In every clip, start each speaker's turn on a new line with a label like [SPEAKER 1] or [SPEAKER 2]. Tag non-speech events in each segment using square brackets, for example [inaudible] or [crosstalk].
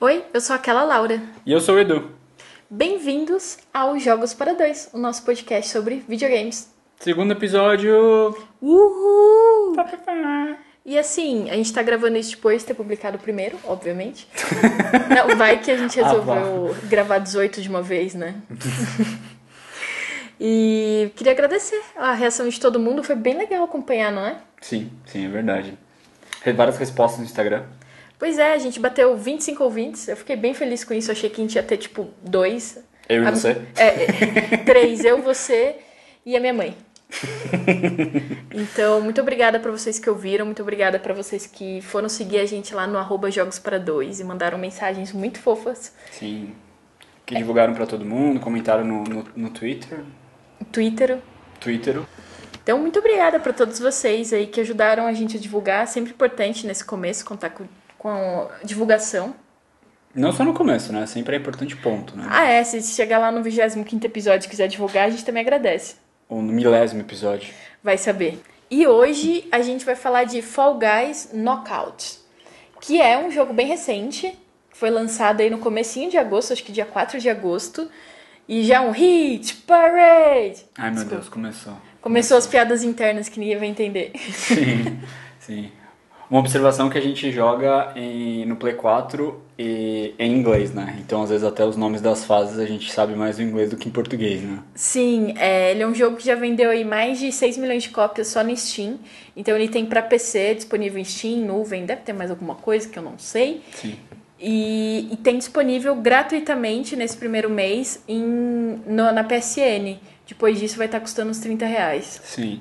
[SPEAKER 1] Oi, eu sou aquela Laura.
[SPEAKER 2] E eu sou o Edu.
[SPEAKER 1] Bem-vindos ao Jogos para Dois, o nosso podcast sobre videogames.
[SPEAKER 2] Segundo episódio.
[SPEAKER 1] Uhul! E assim, a gente tá gravando isso depois de ter publicado o primeiro, obviamente. [laughs] Não, vai que a gente
[SPEAKER 2] Ah,
[SPEAKER 1] resolveu gravar 18 de uma vez, né? [laughs] e queria agradecer. A reação de todo mundo foi bem legal acompanhar, não é?
[SPEAKER 2] Sim, sim, é verdade. Re- Várias respostas no Instagram.
[SPEAKER 1] Pois é, a gente bateu 25 ouvintes. Eu fiquei bem feliz com isso. Eu achei que a gente ia ter, tipo, dois.
[SPEAKER 2] Eu e
[SPEAKER 1] Ah,
[SPEAKER 2] você.
[SPEAKER 1] É, é, três, eu, você e a minha mãe. Então, muito obrigada pra vocês que ouviram, muito obrigada pra vocês que foram seguir a gente lá no arroba Jogos para Dois e mandaram mensagens muito fofas
[SPEAKER 2] Sim. Que divulgaram pra todo mundo, comentaram no, no, no Twitter.
[SPEAKER 1] no Twitter.
[SPEAKER 2] Twitter.
[SPEAKER 1] Então, muito obrigada pra todos vocês aí que ajudaram a gente a divulgar. Sempre importante nesse começo contar com, com a divulgação.
[SPEAKER 2] Não só no começo, né? Sempre é importante ponto, né?
[SPEAKER 1] Ah, é, se chegar lá no 25 episódio e quiser divulgar, a gente também agradece.
[SPEAKER 2] Ou no milésimo episódio.
[SPEAKER 1] Vai saber. E hoje a gente vai falar de Fall Guys Knockout, que é um jogo bem recente, que foi lançado aí no comecinho de agosto, acho que dia 4 de agosto, e já é um hit parade.
[SPEAKER 2] Ai meu
[SPEAKER 1] Desculpa.
[SPEAKER 2] Deus, começou.
[SPEAKER 1] Começou as piadas internas que ninguém vai entender. [laughs]
[SPEAKER 2] Sim, sim. Uma observação que a gente joga em- no Play 4 e, em inglês, né? Então, às vezes, até os nomes das fases a gente sabe mais em inglês do que em português, né?
[SPEAKER 1] Sim, é, ele é um jogo que já vendeu aí mais de 6 milhões de cópias só no Steam. Então ele tem pra PC disponível em Steam, nuvem, deve ter mais alguma coisa que eu não sei.
[SPEAKER 2] Sim.
[SPEAKER 1] E, e tem disponível gratuitamente nesse primeiro mês em, no- na PSN. Depois disso vai estar custando uns 30 reais.
[SPEAKER 2] Sim.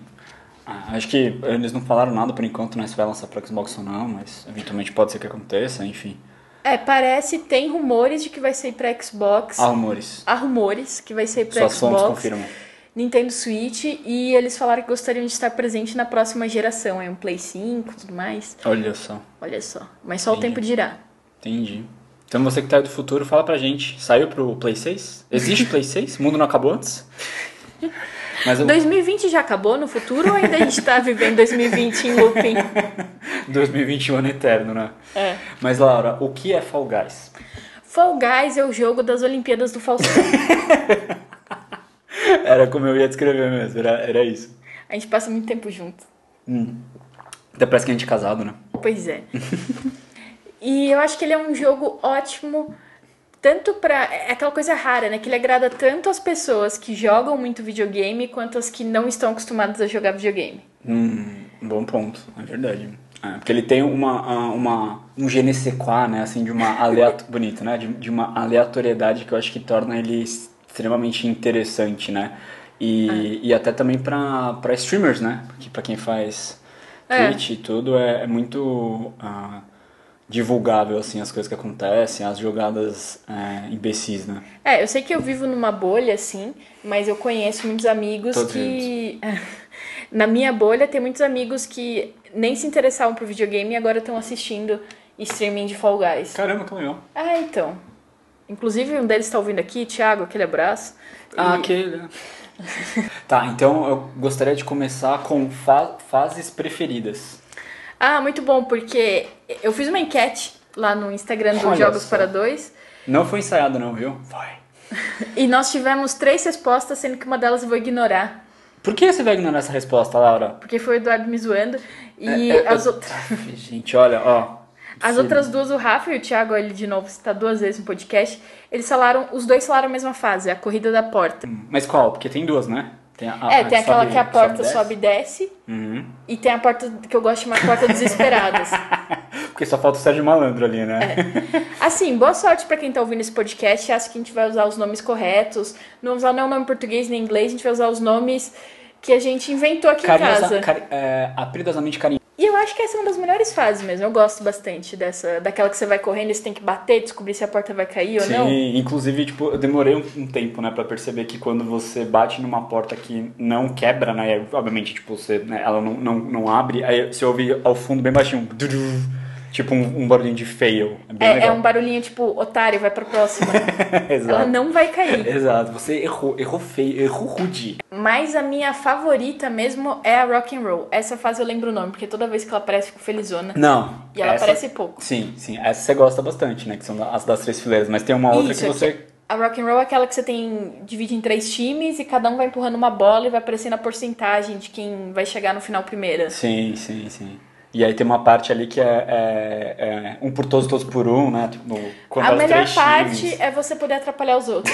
[SPEAKER 2] Ah, acho que eles não falaram nada por enquanto, né? Se vai lançar pro Xbox ou não, mas eventualmente pode ser que aconteça, enfim.
[SPEAKER 1] É, parece, tem rumores de que vai sair pra Xbox.
[SPEAKER 2] Há rumores.
[SPEAKER 1] Há rumores que vai sair pra
[SPEAKER 2] Suas Ah. fontes
[SPEAKER 1] Xbox,
[SPEAKER 2] confirmam.
[SPEAKER 1] Nintendo Switch. E eles falaram que gostariam de estar presente na próxima geração. É um Play 5 e tudo mais.
[SPEAKER 2] Olha só.
[SPEAKER 1] Olha só. Mas só o
[SPEAKER 2] Entendi.
[SPEAKER 1] tempo dirá.
[SPEAKER 2] Entendi. Então você que tá aí do futuro, fala pra gente. Saiu pro Play 6? Existe Play 6? O mundo não acabou
[SPEAKER 1] [laughs]
[SPEAKER 2] antes? Mas eu...
[SPEAKER 1] 2020 já acabou no futuro ou ainda a gente
[SPEAKER 2] [laughs]
[SPEAKER 1] tá vivendo 2020 em looping?
[SPEAKER 2] 2021 é eterno, né?
[SPEAKER 1] É.
[SPEAKER 2] Mas Laura, o que é Fall Guys?
[SPEAKER 1] Fall Guys é o jogo das Olimpíadas do Faustão.
[SPEAKER 2] Era como eu ia descrever mesmo, era, era isso.
[SPEAKER 1] A gente passa muito tempo junto.
[SPEAKER 2] Até parece que a gente é casado, né?
[SPEAKER 1] Pois é. e eu acho que ele é um jogo ótimo, tanto pra. É aquela coisa rara, né? Que ele agrada tanto as pessoas que jogam muito videogame quanto as que não estão acostumadas a jogar videogame.
[SPEAKER 2] Hum, bom ponto, é verdade. É, porque ele tem uma, ah, uma, um genesequá, né, assim, de uma [laughs] aleato... bonito, né, de, de uma aleatoriedade que eu acho que torna ele extremamente interessante, né? E, e até também pra, pra streamers, né? Porque pra quem faz
[SPEAKER 1] É.
[SPEAKER 2] Twitch e tudo, é, é muito ah, divulgável, assim, as coisas que acontecem, as jogadas é, imbecis, né?
[SPEAKER 1] É, eu sei que eu vivo numa bolha, assim, mas eu conheço muitos amigos
[SPEAKER 2] Todos
[SPEAKER 1] que. [laughs] Na minha bolha tem muitos amigos que nem se interessavam pro videogame e agora estão assistindo streaming de Fall Guys.
[SPEAKER 2] Caramba, que legal.
[SPEAKER 1] Ah, então. Inclusive, um deles tá ouvindo aqui, Thiago, aquele abraço.
[SPEAKER 2] Ah,
[SPEAKER 1] E-
[SPEAKER 2] aquele. tá, então eu gostaria de começar com fa- fases preferidas.
[SPEAKER 1] Ah, muito bom, porque eu fiz uma enquete lá no Instagram do
[SPEAKER 2] Olha
[SPEAKER 1] Jogos
[SPEAKER 2] só.
[SPEAKER 1] para Dois
[SPEAKER 2] Não foi ensaiado não, viu? Foi.
[SPEAKER 1] e nós tivemos três respostas, sendo que uma delas eu vou ignorar,
[SPEAKER 2] Por que você vai ignorar essa resposta, Laura?
[SPEAKER 1] porque foi o Eduardo me zoando. E
[SPEAKER 2] É, é,
[SPEAKER 1] as,
[SPEAKER 2] eu-
[SPEAKER 1] outras-
[SPEAKER 2] Ai, Gente, olha, ó.
[SPEAKER 1] as
[SPEAKER 2] Sim.
[SPEAKER 1] outras duas, o Rafa e o Thiago, ele de novo está duas vezes no podcast, eles falaram, os dois falaram a mesma fase, a corrida da porta.
[SPEAKER 2] Mas qual? Porque tem duas, né? Tem a- a-
[SPEAKER 1] é, tem aquela
[SPEAKER 2] sobe-
[SPEAKER 1] que a porta
[SPEAKER 2] desce.
[SPEAKER 1] sobe e desce,
[SPEAKER 2] Uhum.
[SPEAKER 1] e tem a porta que eu gosto de chamar de porta
[SPEAKER 2] [laughs]
[SPEAKER 1] dos desesperadas.
[SPEAKER 2] Porque só falta o Sérgio Malandro ali, né?
[SPEAKER 1] Assim, boa sorte pra quem tá ouvindo esse podcast. Acho que a gente vai usar os nomes corretos. Não vamos usar nem o nome português nem inglês, a gente vai usar os nomes que a gente inventou aqui em
[SPEAKER 2] Carinhosa,
[SPEAKER 1] casa.
[SPEAKER 2] cari, é, apridosamente carinhosa.
[SPEAKER 1] E eu acho que essa é uma das melhores fases mesmo. Eu gosto bastante dessa, daquela que você vai correndo e você tem que bater, descobrir se a porta vai cair ou
[SPEAKER 2] Sim,
[SPEAKER 1] não.
[SPEAKER 2] inclusive, tipo, eu demorei um, um tempo, né, pra perceber que quando você bate numa porta que não quebra, né, obviamente, tipo, você, né, ela não, não, não abre, aí você ouve ao fundo bem baixinho, um dudu, tipo um, um barulhinho de fail. É bem
[SPEAKER 1] É, um é
[SPEAKER 2] legal.
[SPEAKER 1] um barulhinho tipo, otário, vai pra próxima. Ela
[SPEAKER 2] [laughs] Exato.
[SPEAKER 1] não vai cair.
[SPEAKER 2] Exato, você errou, errou feio, errou rude.
[SPEAKER 1] Mas a minha favorita mesmo é a Rock and Roll. Essa fase eu lembro o nome, porque toda vez que ela aparece eu fico felizona.
[SPEAKER 2] Não.
[SPEAKER 1] E ela
[SPEAKER 2] essa-
[SPEAKER 1] aparece pouco.
[SPEAKER 2] Sim, sim. Essa você gosta bastante, né? Que são as das três fileiras. Mas tem uma outra
[SPEAKER 1] Isso,
[SPEAKER 2] que você.
[SPEAKER 1] aqui. A rock and roll é aquela que você tem divide em três times e cada um vai empurrando uma bola e vai aparecendo a porcentagem de quem vai chegar no final primeiro.
[SPEAKER 2] Sim, sim, sim. E aí tem uma parte ali que é, é- é um por todos, todos por um, né? Tipo, no- quando
[SPEAKER 1] a
[SPEAKER 2] é os
[SPEAKER 1] melhor
[SPEAKER 2] três
[SPEAKER 1] parte
[SPEAKER 2] times.
[SPEAKER 1] é você poder atrapalhar os outros.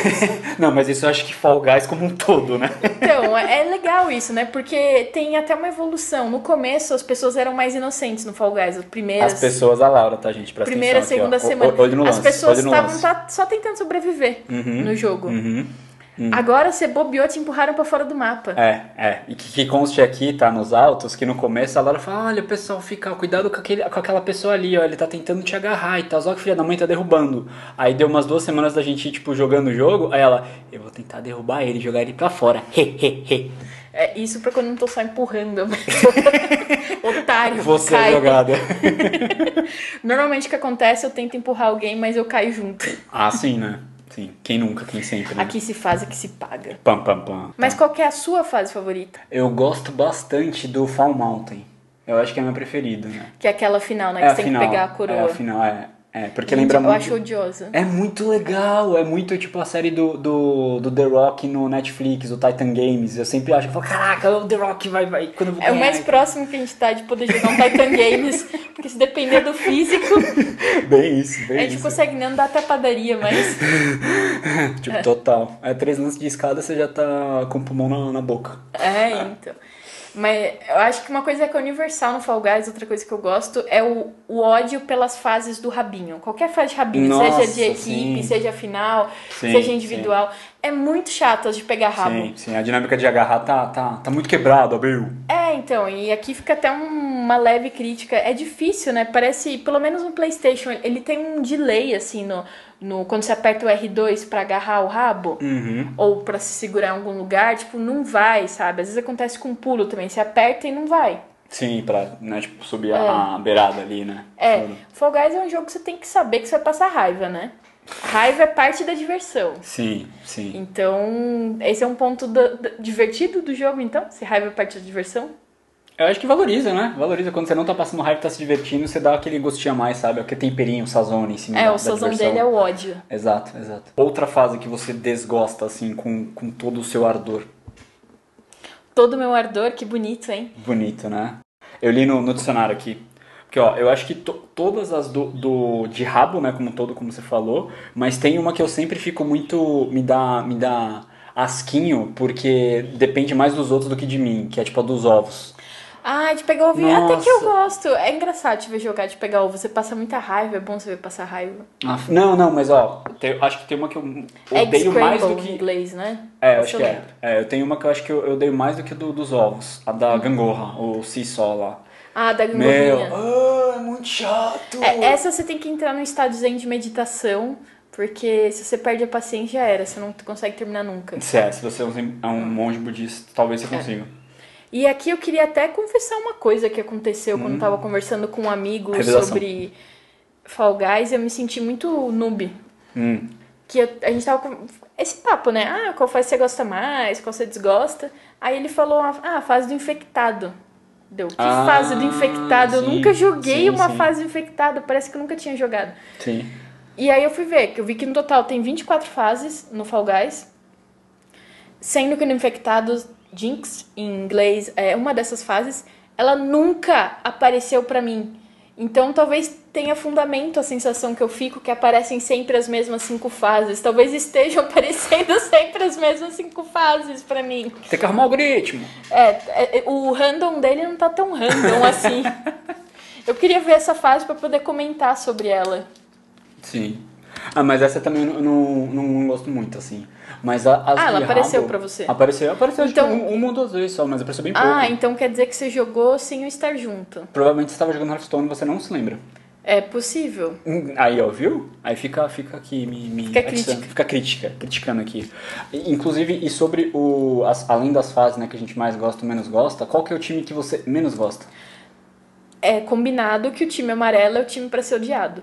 [SPEAKER 2] Não, mas isso eu acho que Fall Guys como um todo, né?
[SPEAKER 1] Então, é legal isso, né? Porque tem até uma evolução. No começo, as pessoas eram mais inocentes no Fall Guys. As primeiras,
[SPEAKER 2] As pessoas, a Laura, tá, gente? Presta
[SPEAKER 1] primeira
[SPEAKER 2] atenção aqui,
[SPEAKER 1] segunda
[SPEAKER 2] ó. O-
[SPEAKER 1] semana.
[SPEAKER 2] o- Olho no
[SPEAKER 1] as
[SPEAKER 2] lance,
[SPEAKER 1] pessoas
[SPEAKER 2] olho no
[SPEAKER 1] estavam
[SPEAKER 2] lance.
[SPEAKER 1] tá- só tentando sobreviver no jogo.
[SPEAKER 2] Uhum.
[SPEAKER 1] Agora você bobeou, te empurraram pra fora do mapa.
[SPEAKER 2] É, é. E que, que conste aqui, tá nos altos, que no começo a Laura fala: olha, pessoal, fica, cuidado com, aquele, com aquela pessoa ali, ó, ele tá tentando te agarrar e tal, só que filha da mãe tá derrubando. Aí deu umas duas semanas da gente, tipo, jogando o jogo, aí ela: eu vou tentar derrubar ele, jogar ele pra fora. He, he,
[SPEAKER 1] [laughs]
[SPEAKER 2] he.
[SPEAKER 1] É isso pra quando eu não tô só empurrando.
[SPEAKER 2] [laughs]
[SPEAKER 1] mas- [laughs] Otário.
[SPEAKER 2] Você
[SPEAKER 1] cai.
[SPEAKER 2] é jogada.
[SPEAKER 1] Normalmente o que acontece, eu tento empurrar alguém, mas eu caio junto.
[SPEAKER 2] ah, sim, né? Sim. Quem nunca, quem sempre, né?
[SPEAKER 1] Aqui se faz, aqui se paga.
[SPEAKER 2] Pam, pam, pam.
[SPEAKER 1] Mas qual que é a sua fase favorita?
[SPEAKER 2] Eu gosto bastante do Fall Mountain. Eu acho que é a minha preferida, né?
[SPEAKER 1] Que é aquela final, né? Que
[SPEAKER 2] é
[SPEAKER 1] você tem que pegar a coroa.
[SPEAKER 2] É a final, é. É, porque lembra
[SPEAKER 1] eu
[SPEAKER 2] muito.
[SPEAKER 1] acho odiosa.
[SPEAKER 2] É muito legal, é muito tipo a série do, do, do The Rock no Netflix, o Titan Games. Eu sempre acho, eu falo, caraca, o The Rock vai, vai, quando eu vou
[SPEAKER 1] É o mais
[SPEAKER 2] ganhar".
[SPEAKER 1] próximo que a gente tá de poder jogar um Titan Games. Porque se depender do físico,
[SPEAKER 2] Bem isso,
[SPEAKER 1] a
[SPEAKER 2] bem
[SPEAKER 1] gente
[SPEAKER 2] isso.
[SPEAKER 1] consegue não dar até a padaria, mas. assim,
[SPEAKER 2] [laughs] Tipo, total. É três lances de escada, você já tá com o pulmão na, na boca.
[SPEAKER 1] É, então. Mas eu acho que uma coisa que é universal no Fall Guys, outra coisa que eu gosto, é o, o ódio pelas fases do rabinho. Qualquer fase de rabinho,
[SPEAKER 2] Nossa,
[SPEAKER 1] seja de equipe,
[SPEAKER 2] sim.
[SPEAKER 1] seja final,
[SPEAKER 2] Sim,
[SPEAKER 1] seja individual. É muito chato as de pegar rabo.
[SPEAKER 2] Sim, sim, a dinâmica de agarrar tá, tá, tá muito quebrada, Bill.
[SPEAKER 1] É, então, e aqui fica até um- uma leve crítica. É difícil, né? Parece, pelo menos no PlayStation, ele tem um delay, assim, no, no quando você aperta o R2 pra agarrar o rabo.
[SPEAKER 2] Uhum.
[SPEAKER 1] Ou pra se segurar em algum lugar, tipo, não vai, sabe? Às vezes acontece com um pulo também, você aperta e não vai.
[SPEAKER 2] Sim, pra, né, tipo, subir a, a beirada ali, né?
[SPEAKER 1] É, Fall Guys é um jogo que você tem que saber que você vai passar raiva, né? Raiva é parte da diversão.
[SPEAKER 2] Sim, sim.
[SPEAKER 1] Então, esse é um ponto do- do- divertido do jogo, então? Se raiva é parte da diversão?
[SPEAKER 2] Eu acho que valoriza, né? Valoriza quando você não tá passando raiva, tá se divertindo, você dá aquele gostinho a mais, sabe? Aquele temperinho, sazone em cima
[SPEAKER 1] É,
[SPEAKER 2] Hum, da,
[SPEAKER 1] o
[SPEAKER 2] da
[SPEAKER 1] sozão
[SPEAKER 2] diversão.
[SPEAKER 1] dele é o ódio.
[SPEAKER 2] Exato, exato. Outra fase que você desgosta, assim, com, com todo o seu ardor.
[SPEAKER 1] Todo meu ardor, que bonito, hein?
[SPEAKER 2] Bonito, né? Eu li no, no dicionário aqui. Porque, ó, eu acho que to- todas as do, do- de rabo, né, como um todo, como você falou, mas tem uma que eu sempre fico muito. me dá. me dá asquinho, porque depende mais dos outros do que de mim, que é tipo a dos ovos.
[SPEAKER 1] Ah, de pegar ovo. Até que eu
[SPEAKER 2] Nossa.
[SPEAKER 1] gosto. É engraçado te ver jogar de pegar ovo. Você passa muita raiva, é bom você ver passar raiva.
[SPEAKER 2] Ah, f- Não, não, mas ó, tem- acho que tem uma que eu
[SPEAKER 1] Egg
[SPEAKER 2] odeio mais do
[SPEAKER 1] scramble em
[SPEAKER 2] que.
[SPEAKER 1] inglês, né?
[SPEAKER 2] É, eu
[SPEAKER 1] Essa
[SPEAKER 2] acho que
[SPEAKER 1] eu
[SPEAKER 2] é. É, Eu tenho uma que eu acho que eu, eu dei mais do que do, dos ovos. A da gangorra, o Seesaw lá.
[SPEAKER 1] Ah, da
[SPEAKER 2] Meu,
[SPEAKER 1] Uhum. gangorrinha.
[SPEAKER 2] ah, é muito chato.
[SPEAKER 1] É, essa você tem que entrar num estado zen de meditação, porque se você perde a paciência, já era. Você não consegue terminar nunca.
[SPEAKER 2] Se é, se você é um é um monge budista, talvez
[SPEAKER 1] É.
[SPEAKER 2] você consiga.
[SPEAKER 1] E aqui eu queria até confessar uma coisa que aconteceu quando eu tava conversando com um amigo
[SPEAKER 2] Hum. Revelação.
[SPEAKER 1] sobre Fall Guys. Eu me senti muito noob.
[SPEAKER 2] Hum.
[SPEAKER 1] que eu- a gente tava com esse papo, né? Ah, qual fase você gosta mais, qual você desgosta. Aí ele falou, ah, a fase do infectado. Deu, que
[SPEAKER 2] Ah,
[SPEAKER 1] fase do infectado? eu
[SPEAKER 2] sim,
[SPEAKER 1] nunca joguei
[SPEAKER 2] sim,
[SPEAKER 1] uma
[SPEAKER 2] sim.
[SPEAKER 1] fase do infectado, parece que eu nunca tinha jogado.
[SPEAKER 2] Sim.
[SPEAKER 1] E aí eu fui ver, que eu vi que no total tem 24 fases no Fall Guys, sendo que no infectado, Jinx, em inglês, é uma dessas fases, ela nunca apareceu pra mim. Então talvez tenha fundamento a sensação que eu fico que aparecem sempre as mesmas cinco fases. Talvez estejam [laughs] aparecendo sempre as mesmas cinco fases pra mim.
[SPEAKER 2] Tem que arrumar o algoritmo.
[SPEAKER 1] É, é, o random dele não tá tão random assim. Eu queria ver essa fase pra poder comentar sobre ela.
[SPEAKER 2] Sim. Ah, mas essa também eu não, não, não gosto muito, assim. Mas a, as
[SPEAKER 1] Ah, ela
[SPEAKER 2] de
[SPEAKER 1] apareceu
[SPEAKER 2] rabo-
[SPEAKER 1] pra você?
[SPEAKER 2] Apareceu, apareceu
[SPEAKER 1] Então-
[SPEAKER 2] acho que um- uma ou duas vezes só, mas apareceu bem pouco.
[SPEAKER 1] Ah, então quer dizer que você jogou sem eu estar junto.
[SPEAKER 2] Provavelmente você estava jogando Hearthstone e você não se lembra.
[SPEAKER 1] É possível.
[SPEAKER 2] Hum, Aí, ó, viu? Aí fica, fica aqui, me, me
[SPEAKER 1] Fica
[SPEAKER 2] atiçando,
[SPEAKER 1] crítica.
[SPEAKER 2] fica crítica, criticando aqui. E, Inclusive, e sobre o. as- além das fases, né, que a gente mais gosta ou menos gosta, qual que é o time que você menos gosta?
[SPEAKER 1] é combinado que o time amarelo é o time pra ser odiado.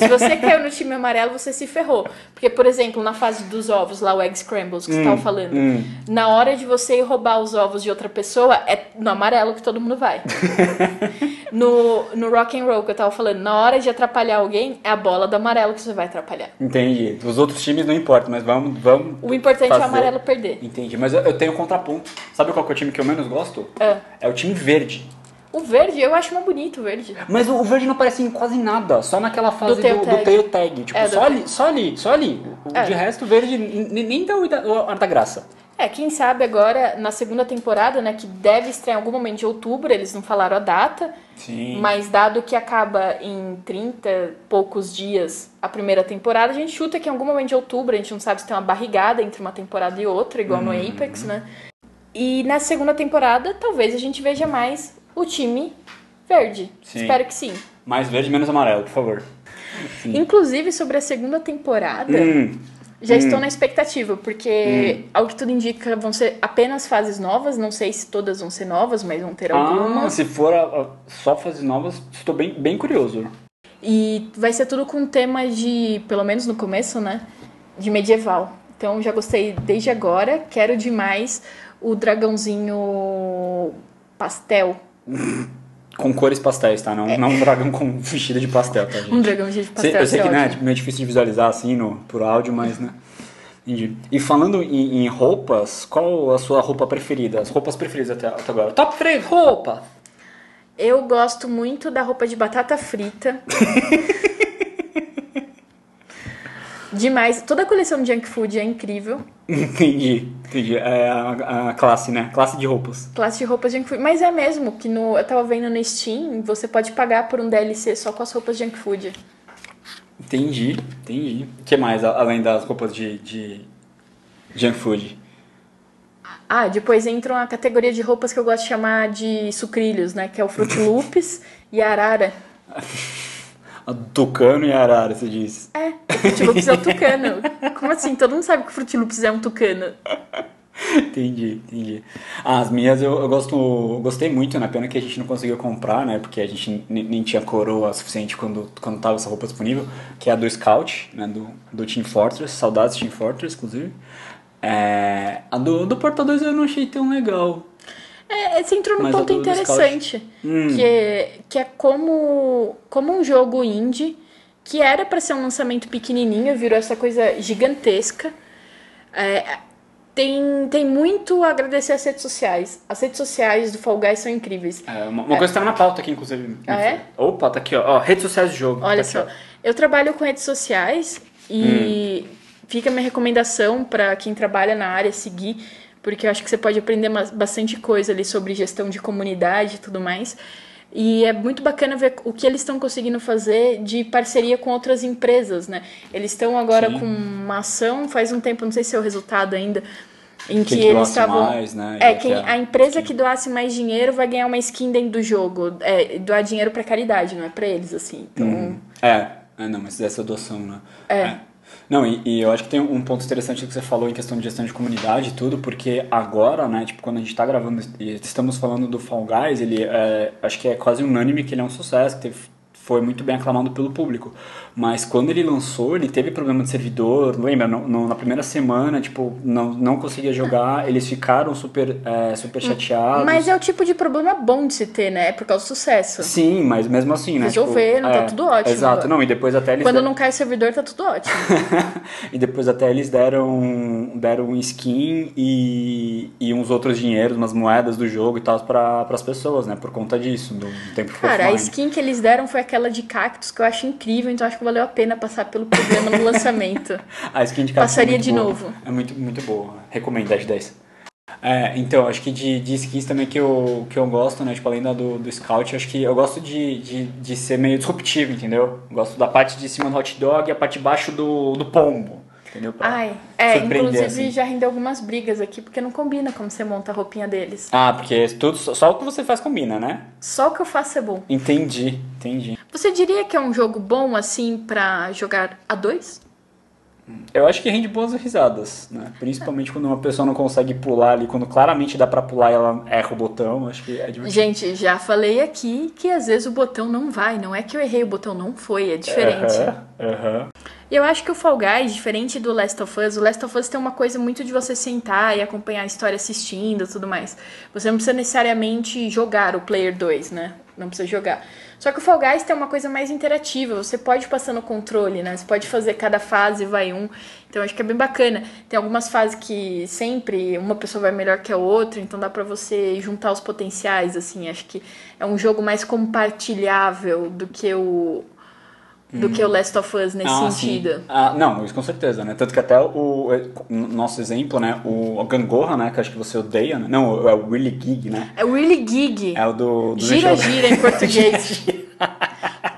[SPEAKER 1] se você caiu no time amarelo, você se ferrou. Porque, por exemplo, na fase dos ovos, lá o Egg Scrambles que você tava falando, na hora de você ir roubar os ovos de outra pessoa, é no amarelo que todo mundo vai. no, no rock and roll que eu tava falando, na hora de atrapalhar alguém, é a bola do amarelo que você vai atrapalhar.
[SPEAKER 2] Entendi. Os outros times não importa, mas vamos. vamos
[SPEAKER 1] O importante é
[SPEAKER 2] fazer.
[SPEAKER 1] o amarelo perder.
[SPEAKER 2] Entendi. Mas eu, eu tenho contraponto. Sabe qual que é o time que eu menos gosto?
[SPEAKER 1] Ah.
[SPEAKER 2] É o time verde.
[SPEAKER 1] O verde, eu acho mais bonito o verde.
[SPEAKER 2] Mas o, o verde não aparece em quase nada, só naquela fase do,
[SPEAKER 1] Do tail
[SPEAKER 2] do
[SPEAKER 1] tag.
[SPEAKER 2] tail tag. Tipo,
[SPEAKER 1] É, do
[SPEAKER 2] só,
[SPEAKER 1] tail.
[SPEAKER 2] ali, só ali, só ali. O-
[SPEAKER 1] É.
[SPEAKER 2] De resto, o verde n- nem dá o da- o ar da graça.
[SPEAKER 1] É, quem sabe agora, na segunda temporada, né, que deve estrear em algum momento de outubro, eles não falaram a data,
[SPEAKER 2] Sim.
[SPEAKER 1] mas dado que acaba em 30 e poucos dias a primeira temporada, a gente chuta que em algum momento de outubro, a gente não sabe se tem uma barrigada entre uma temporada e outra, igual no
[SPEAKER 2] Uhum.
[SPEAKER 1] Apex, né? E na segunda temporada, talvez a gente veja mais o time verde.
[SPEAKER 2] Sim.
[SPEAKER 1] Espero que sim.
[SPEAKER 2] Mais verde, menos amarelo, por favor.
[SPEAKER 1] Inclusive, sobre a segunda temporada,
[SPEAKER 2] Hum,
[SPEAKER 1] Já estou na expectativa, porque ao que tudo indica vão ser apenas fases novas. Não sei se todas vão ser novas, mas vão ter
[SPEAKER 2] Ah,
[SPEAKER 1] algumas.
[SPEAKER 2] se for a- a- só fases novas, estou bem, bem curioso.
[SPEAKER 1] E vai ser tudo com um tema de, pelo menos no começo, né? De medieval. Então já gostei desde agora. Quero demais o dragãozinho pastel.
[SPEAKER 2] Com cores pastéis, tá? Não, não um dragão com vestido de pastel, tá, gente?
[SPEAKER 1] É. Um dragãozinho de pastel.
[SPEAKER 2] Sei- eu sei
[SPEAKER 1] isso é
[SPEAKER 2] que né,
[SPEAKER 1] ótimo.
[SPEAKER 2] tipo, meio difícil de visualizar assim no, por áudio, mas né. Entendi. E falando em, em roupas, qual a sua roupa preferida? As roupas preferidas até, até agora. Top 3 roupa! [laughs]
[SPEAKER 1] Eu gosto muito da roupa de batata frita. Demais. Toda a coleção de junk food é incrível.
[SPEAKER 2] Entendi, entendi. É a, a classe, né? Classe de roupas.
[SPEAKER 1] Classe de roupas junk food. Mas é mesmo que no, eu tava vendo no Steam, você pode pagar por um DLC só com as roupas junk food.
[SPEAKER 2] Entendi, entendi. O que mais, a- além das roupas de, de junk food?
[SPEAKER 1] Ah, depois entram a categoria de roupas que eu gosto de chamar de sucrilhos, né? Que é o Fruit Loops e a arara.
[SPEAKER 2] A Tucano e a Arara, você disse.
[SPEAKER 1] É, o Fruit Loops é o tucano. Como assim? Todo mundo sabe que o Fruit Loops é um tucano.
[SPEAKER 2] [laughs] Entendi, entendi. Ah, As minhas eu, eu gosto, eu gostei muito, né? Pena que a gente não conseguiu comprar, né? Porque a gente nem nem tinha coroa suficiente quando, quando tava essa roupa disponível, que é a do Scout, né? Do, do Team Fortress, saudades Team Fortress, inclusive. É, a do, do Porta 2 eu não achei tão legal.
[SPEAKER 1] É, você entrou num
[SPEAKER 2] Mas a
[SPEAKER 1] ponto
[SPEAKER 2] do- Hum. do Scout.
[SPEAKER 1] interessante, que, é, que é como, como um jogo indie, que era pra ser um lançamento pequenininho, virou essa coisa gigantesca. É, tem, tem muito a agradecer às redes sociais. As redes sociais do Fall Guys são incríveis.
[SPEAKER 2] É, uma uma coisa que tava na pauta aqui, inclusive.
[SPEAKER 1] Ah, é?
[SPEAKER 2] Opa, tá aqui, ó. Ó, Redes sociais do jogo.
[SPEAKER 1] Olha
[SPEAKER 2] tá aqui,
[SPEAKER 1] só,
[SPEAKER 2] ó.
[SPEAKER 1] eu trabalho com redes sociais e
[SPEAKER 2] Hum.
[SPEAKER 1] fica a minha recomendação para quem trabalha na área seguir, porque eu acho que você pode aprender mas- bastante coisa ali sobre gestão de comunidade e tudo mais. E é muito bacana ver o que eles estão conseguindo fazer de parceria com outras empresas, né? Eles estão agora
[SPEAKER 2] Sim.
[SPEAKER 1] com uma ação, faz um tempo, não sei se é o resultado ainda, em que
[SPEAKER 2] Quem
[SPEAKER 1] eles
[SPEAKER 2] doasse
[SPEAKER 1] estavam.
[SPEAKER 2] mais, né?
[SPEAKER 1] É,
[SPEAKER 2] Já
[SPEAKER 1] quem,
[SPEAKER 2] que é-
[SPEAKER 1] a empresa que doasse mais dinheiro vai ganhar uma skin dentro do jogo. É, doar dinheiro pra caridade, não é pra eles, assim. Então,
[SPEAKER 2] É, é, não, mas essa doação, né? É. Não, e, e eu acho que tem um ponto interessante que você falou em questão de gestão de comunidade e tudo, porque agora, né, tipo, quando a gente tá gravando e estamos falando do Fall Guys, ele é, acho que é quase unânime que ele é um sucesso, que teve- foi muito bem aclamado pelo público. Mas quando ele lançou, ele teve problema de servidor, lembra? No- no- na primeira semana, tipo, não, não conseguia jogar, eles ficaram super, é, super chateados.
[SPEAKER 1] Mas é o tipo de problema bom de se ter, né? É por causa do sucesso.
[SPEAKER 2] Sim, mas mesmo assim, né?
[SPEAKER 1] Resolveram, tá tudo ótimo
[SPEAKER 2] Exato,
[SPEAKER 1] agora.
[SPEAKER 2] não, e depois até eles
[SPEAKER 1] Quando
[SPEAKER 2] deram-
[SPEAKER 1] não cai o servidor, tá tudo ótimo.
[SPEAKER 2] e depois até eles deram deram um skin e, e uns outros dinheiros, umas moedas do jogo e tal para as pessoas, né? Por conta disso, do, do tempo que foi
[SPEAKER 1] Cara, a
[SPEAKER 2] offline.
[SPEAKER 1] skin que eles deram foi aquela de cactus, que eu acho incrível, então acho que valeu a pena passar pelo problema no [laughs] lançamento.
[SPEAKER 2] A skin de cacto
[SPEAKER 1] Passaria
[SPEAKER 2] é muito
[SPEAKER 1] de
[SPEAKER 2] boa.
[SPEAKER 1] novo.
[SPEAKER 2] É muito, muito boa. Recomendo 10 de 10. É, então, acho que de, de skins também que eu, que eu gosto, né? Tipo, além da do, do Scout, acho que eu gosto de, de, de ser meio disruptivo, entendeu? Gosto da parte de cima do hot dog e a parte de baixo do, do pombo, entendeu? Pra
[SPEAKER 1] Ai, é,
[SPEAKER 2] surpreender,
[SPEAKER 1] inclusive
[SPEAKER 2] assim.
[SPEAKER 1] já rendeu algumas brigas aqui, porque não combina como você monta a roupinha deles.
[SPEAKER 2] Ah, porque tudo, só- só o que você faz combina, né?
[SPEAKER 1] Só o que eu faço é bom.
[SPEAKER 2] Entendi, entendi.
[SPEAKER 1] Você diria que é um jogo bom, assim, pra jogar a dois?
[SPEAKER 2] Eu acho que rende boas risadas, né? Principalmente quando uma pessoa não consegue pular ali, quando claramente dá pra pular e ela erra o botão, acho que é divertido.
[SPEAKER 1] Gente, já falei aqui que às vezes o botão não vai. Não é que eu errei, o botão não foi, é diferente.
[SPEAKER 2] Aham, aham.
[SPEAKER 1] E eu acho que o Fall Guys, diferente do Last of Us, o Last of Us tem uma coisa muito de você sentar e acompanhar a história assistindo e tudo mais. Você não precisa necessariamente jogar o Player 2, né? Não precisa jogar. Só que o Fall Guys tem uma coisa mais interativa, você pode passar no controle, né? Você pode fazer cada fase, vai um. Então acho que é bem bacana. Tem algumas fases que sempre uma pessoa vai melhor que a outra, então dá pra você juntar os potenciais, assim. Acho que é um jogo mais compartilhável do que o. Do que o Last of Us nesse
[SPEAKER 2] Uhum. Ah, sim.
[SPEAKER 1] sentido.
[SPEAKER 2] Ah, não, isso com certeza, né? Tanto que até o eh, no nosso exemplo, né? O Gangorra, né? Que acho que você odeia, né? Não, é o Willy Gig, né?
[SPEAKER 1] É Really Gig.
[SPEAKER 2] É o do. do
[SPEAKER 1] Gira,
[SPEAKER 2] Michel-
[SPEAKER 1] gira em
[SPEAKER 2] [laughs]
[SPEAKER 1] português.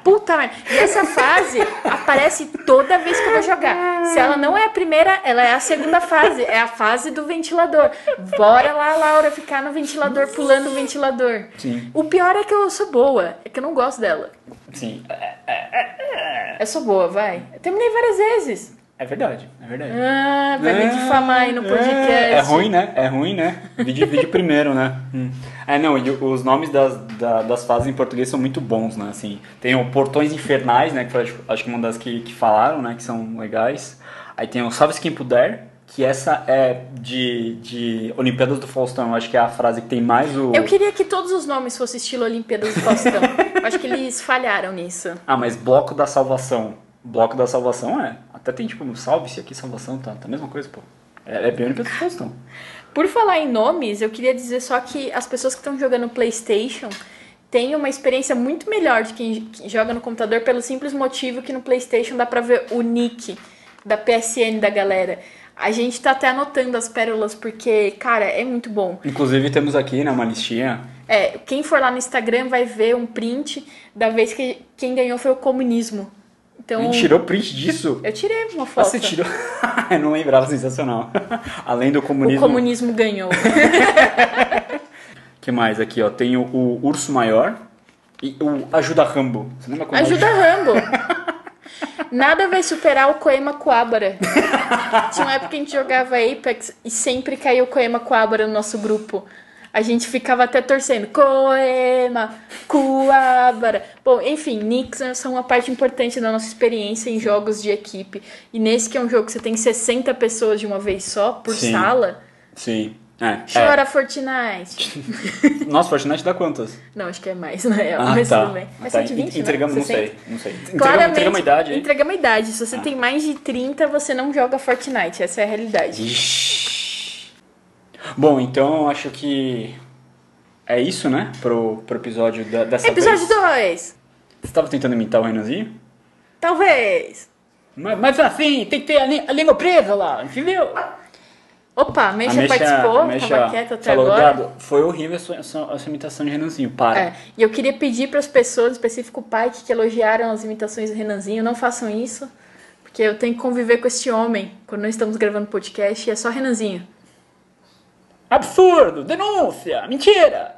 [SPEAKER 1] Puta merda. E essa fase aparece toda vez que eu vou jogar. Se ela não é a primeira, ela é a segunda fase. É a fase do ventilador. Bora lá, Laura, ficar no ventilador, pulando o ventilador.
[SPEAKER 2] Sim.
[SPEAKER 1] O pior é que eu sou boa. É que eu não gosto dela.
[SPEAKER 2] Sim, é,
[SPEAKER 1] Eu sou boa, vai. Eu terminei várias vezes.
[SPEAKER 2] é verdade, é verdade.
[SPEAKER 1] Ah, vai me difamar aí no podcast.
[SPEAKER 2] É, é ruim, né? É ruim, né? Vídeo, vídeo primeiro, né? Hum. É, não, e os nomes das, da- das fases em português são muito bons, né? Assim, tem o Portões Infernais, né? Que foi, acho- acho que uma das que, que falaram, né? Que são legais. Aí tem o Salve-se Quem Puder, que essa é de, de Olimpíadas do Faustão. Eu acho que é a frase que tem mais o...
[SPEAKER 1] Eu queria que todos os nomes fossem estilo Olimpíadas do Faustão. Acho que eles falharam nisso.
[SPEAKER 2] Ah, mas Bloco da Salvação. Bloco da Salvação é. Até tem tipo um Salve-se aqui, Salvação, tá, tá a mesma coisa, pô. É, é bem Olimpíadas do Faustão.
[SPEAKER 1] Por falar em nomes, eu queria dizer só que as pessoas que estão jogando PlayStation têm uma experiência muito melhor de quem que joga no computador pelo simples motivo que no PlayStation dá pra ver o nick da PSN da galera. A gente tá até anotando as pérolas porque, cara, é muito bom.
[SPEAKER 2] Inclusive temos aqui, né, uma listinha
[SPEAKER 1] É, quem for lá no Instagram vai ver um print da vez que quem ganhou foi o comunismo.
[SPEAKER 2] A
[SPEAKER 1] Então,
[SPEAKER 2] gente tirou print disso?
[SPEAKER 1] eu tirei uma foto.
[SPEAKER 2] Você tirou. [laughs] Eu não lembrava, sensacional. [laughs] Além do
[SPEAKER 1] O
[SPEAKER 2] comunismo.
[SPEAKER 1] comunismo ganhou.
[SPEAKER 2] que mais aqui, ó? Tem o, o Urso Maior e o Ajuda Rambo. Você lembra quando
[SPEAKER 1] Ajuda
[SPEAKER 2] [laughs]
[SPEAKER 1] Rambo. Nada vai superar o Coema Coabara. Tinha uma época que a gente jogava Apex e sempre caía o Coema Coabara no nosso grupo. A gente ficava até torcendo. Coema, Coabara. Bom, enfim, nicks né, são uma parte importante da nossa experiência em jogos de equipe. E nesse que é um jogo que você tem 60 pessoas de uma vez só, por
[SPEAKER 2] Sim.
[SPEAKER 1] sala.
[SPEAKER 2] Sim. É.
[SPEAKER 1] Chora, Fortnite.
[SPEAKER 2] é. Nossa, Fortnite dá quantas?
[SPEAKER 1] Não, acho que é mais, na real. mas tudo bem. É
[SPEAKER 2] Ah, tá.
[SPEAKER 1] 120, né?
[SPEAKER 2] Entregamos, não
[SPEAKER 1] 60?
[SPEAKER 2] sei. Não sei. Entregamos,
[SPEAKER 1] Claramente,
[SPEAKER 2] entregamos a idade, hein? Ah.
[SPEAKER 1] entregamos a idade. Se você tem mais de 30, você não joga Fortnite. Essa é a realidade.
[SPEAKER 2] Ixi. Bom, então acho que. É isso, né? Pro, pro episódio da, dessa
[SPEAKER 1] Episódio
[SPEAKER 2] vez.
[SPEAKER 1] 2!
[SPEAKER 2] Você tava tentando imitar o Renanzinho?
[SPEAKER 1] Talvez!
[SPEAKER 2] Mas, mas assim, tem que ter a, li- a língua presa lá, entendeu?
[SPEAKER 1] Opa, a
[SPEAKER 2] A
[SPEAKER 1] Mexa
[SPEAKER 2] Mecha-
[SPEAKER 1] participou,
[SPEAKER 2] a Mecha
[SPEAKER 1] tava quieta até
[SPEAKER 2] falou,
[SPEAKER 1] agora.
[SPEAKER 2] "Dado, foi horrível a sua, a sua- a sua imitação de Renanzinho, para.
[SPEAKER 1] É, e eu queria pedir para as pessoas, em específico o pai, que, que elogiaram as imitações do Renanzinho, não façam isso, porque eu tenho que conviver com este homem quando não estamos gravando podcast e é só Renanzinho.
[SPEAKER 2] Absurdo, denúncia, mentira.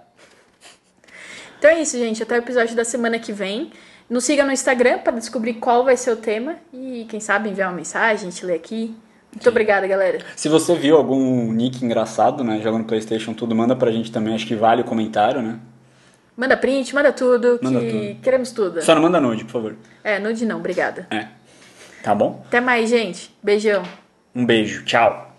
[SPEAKER 1] Então é isso, gente. Até o episódio da semana que vem. Nos siga no Instagram para descobrir qual vai ser o tema e, quem sabe, enviar uma mensagem, a gente lê aqui. Muito obrigada, galera.
[SPEAKER 2] Se você viu algum nick engraçado, né, jogando Playstation, tudo, manda pra gente também, acho que vale o comentário, né.
[SPEAKER 1] Manda print, manda tudo,
[SPEAKER 2] Manda
[SPEAKER 1] que
[SPEAKER 2] tudo.
[SPEAKER 1] queremos tudo.
[SPEAKER 2] Só não manda nude, por favor.
[SPEAKER 1] É, nude não, obrigada.
[SPEAKER 2] É, tá bom?
[SPEAKER 1] Até mais, gente. Beijão.
[SPEAKER 2] Um beijo, tchau.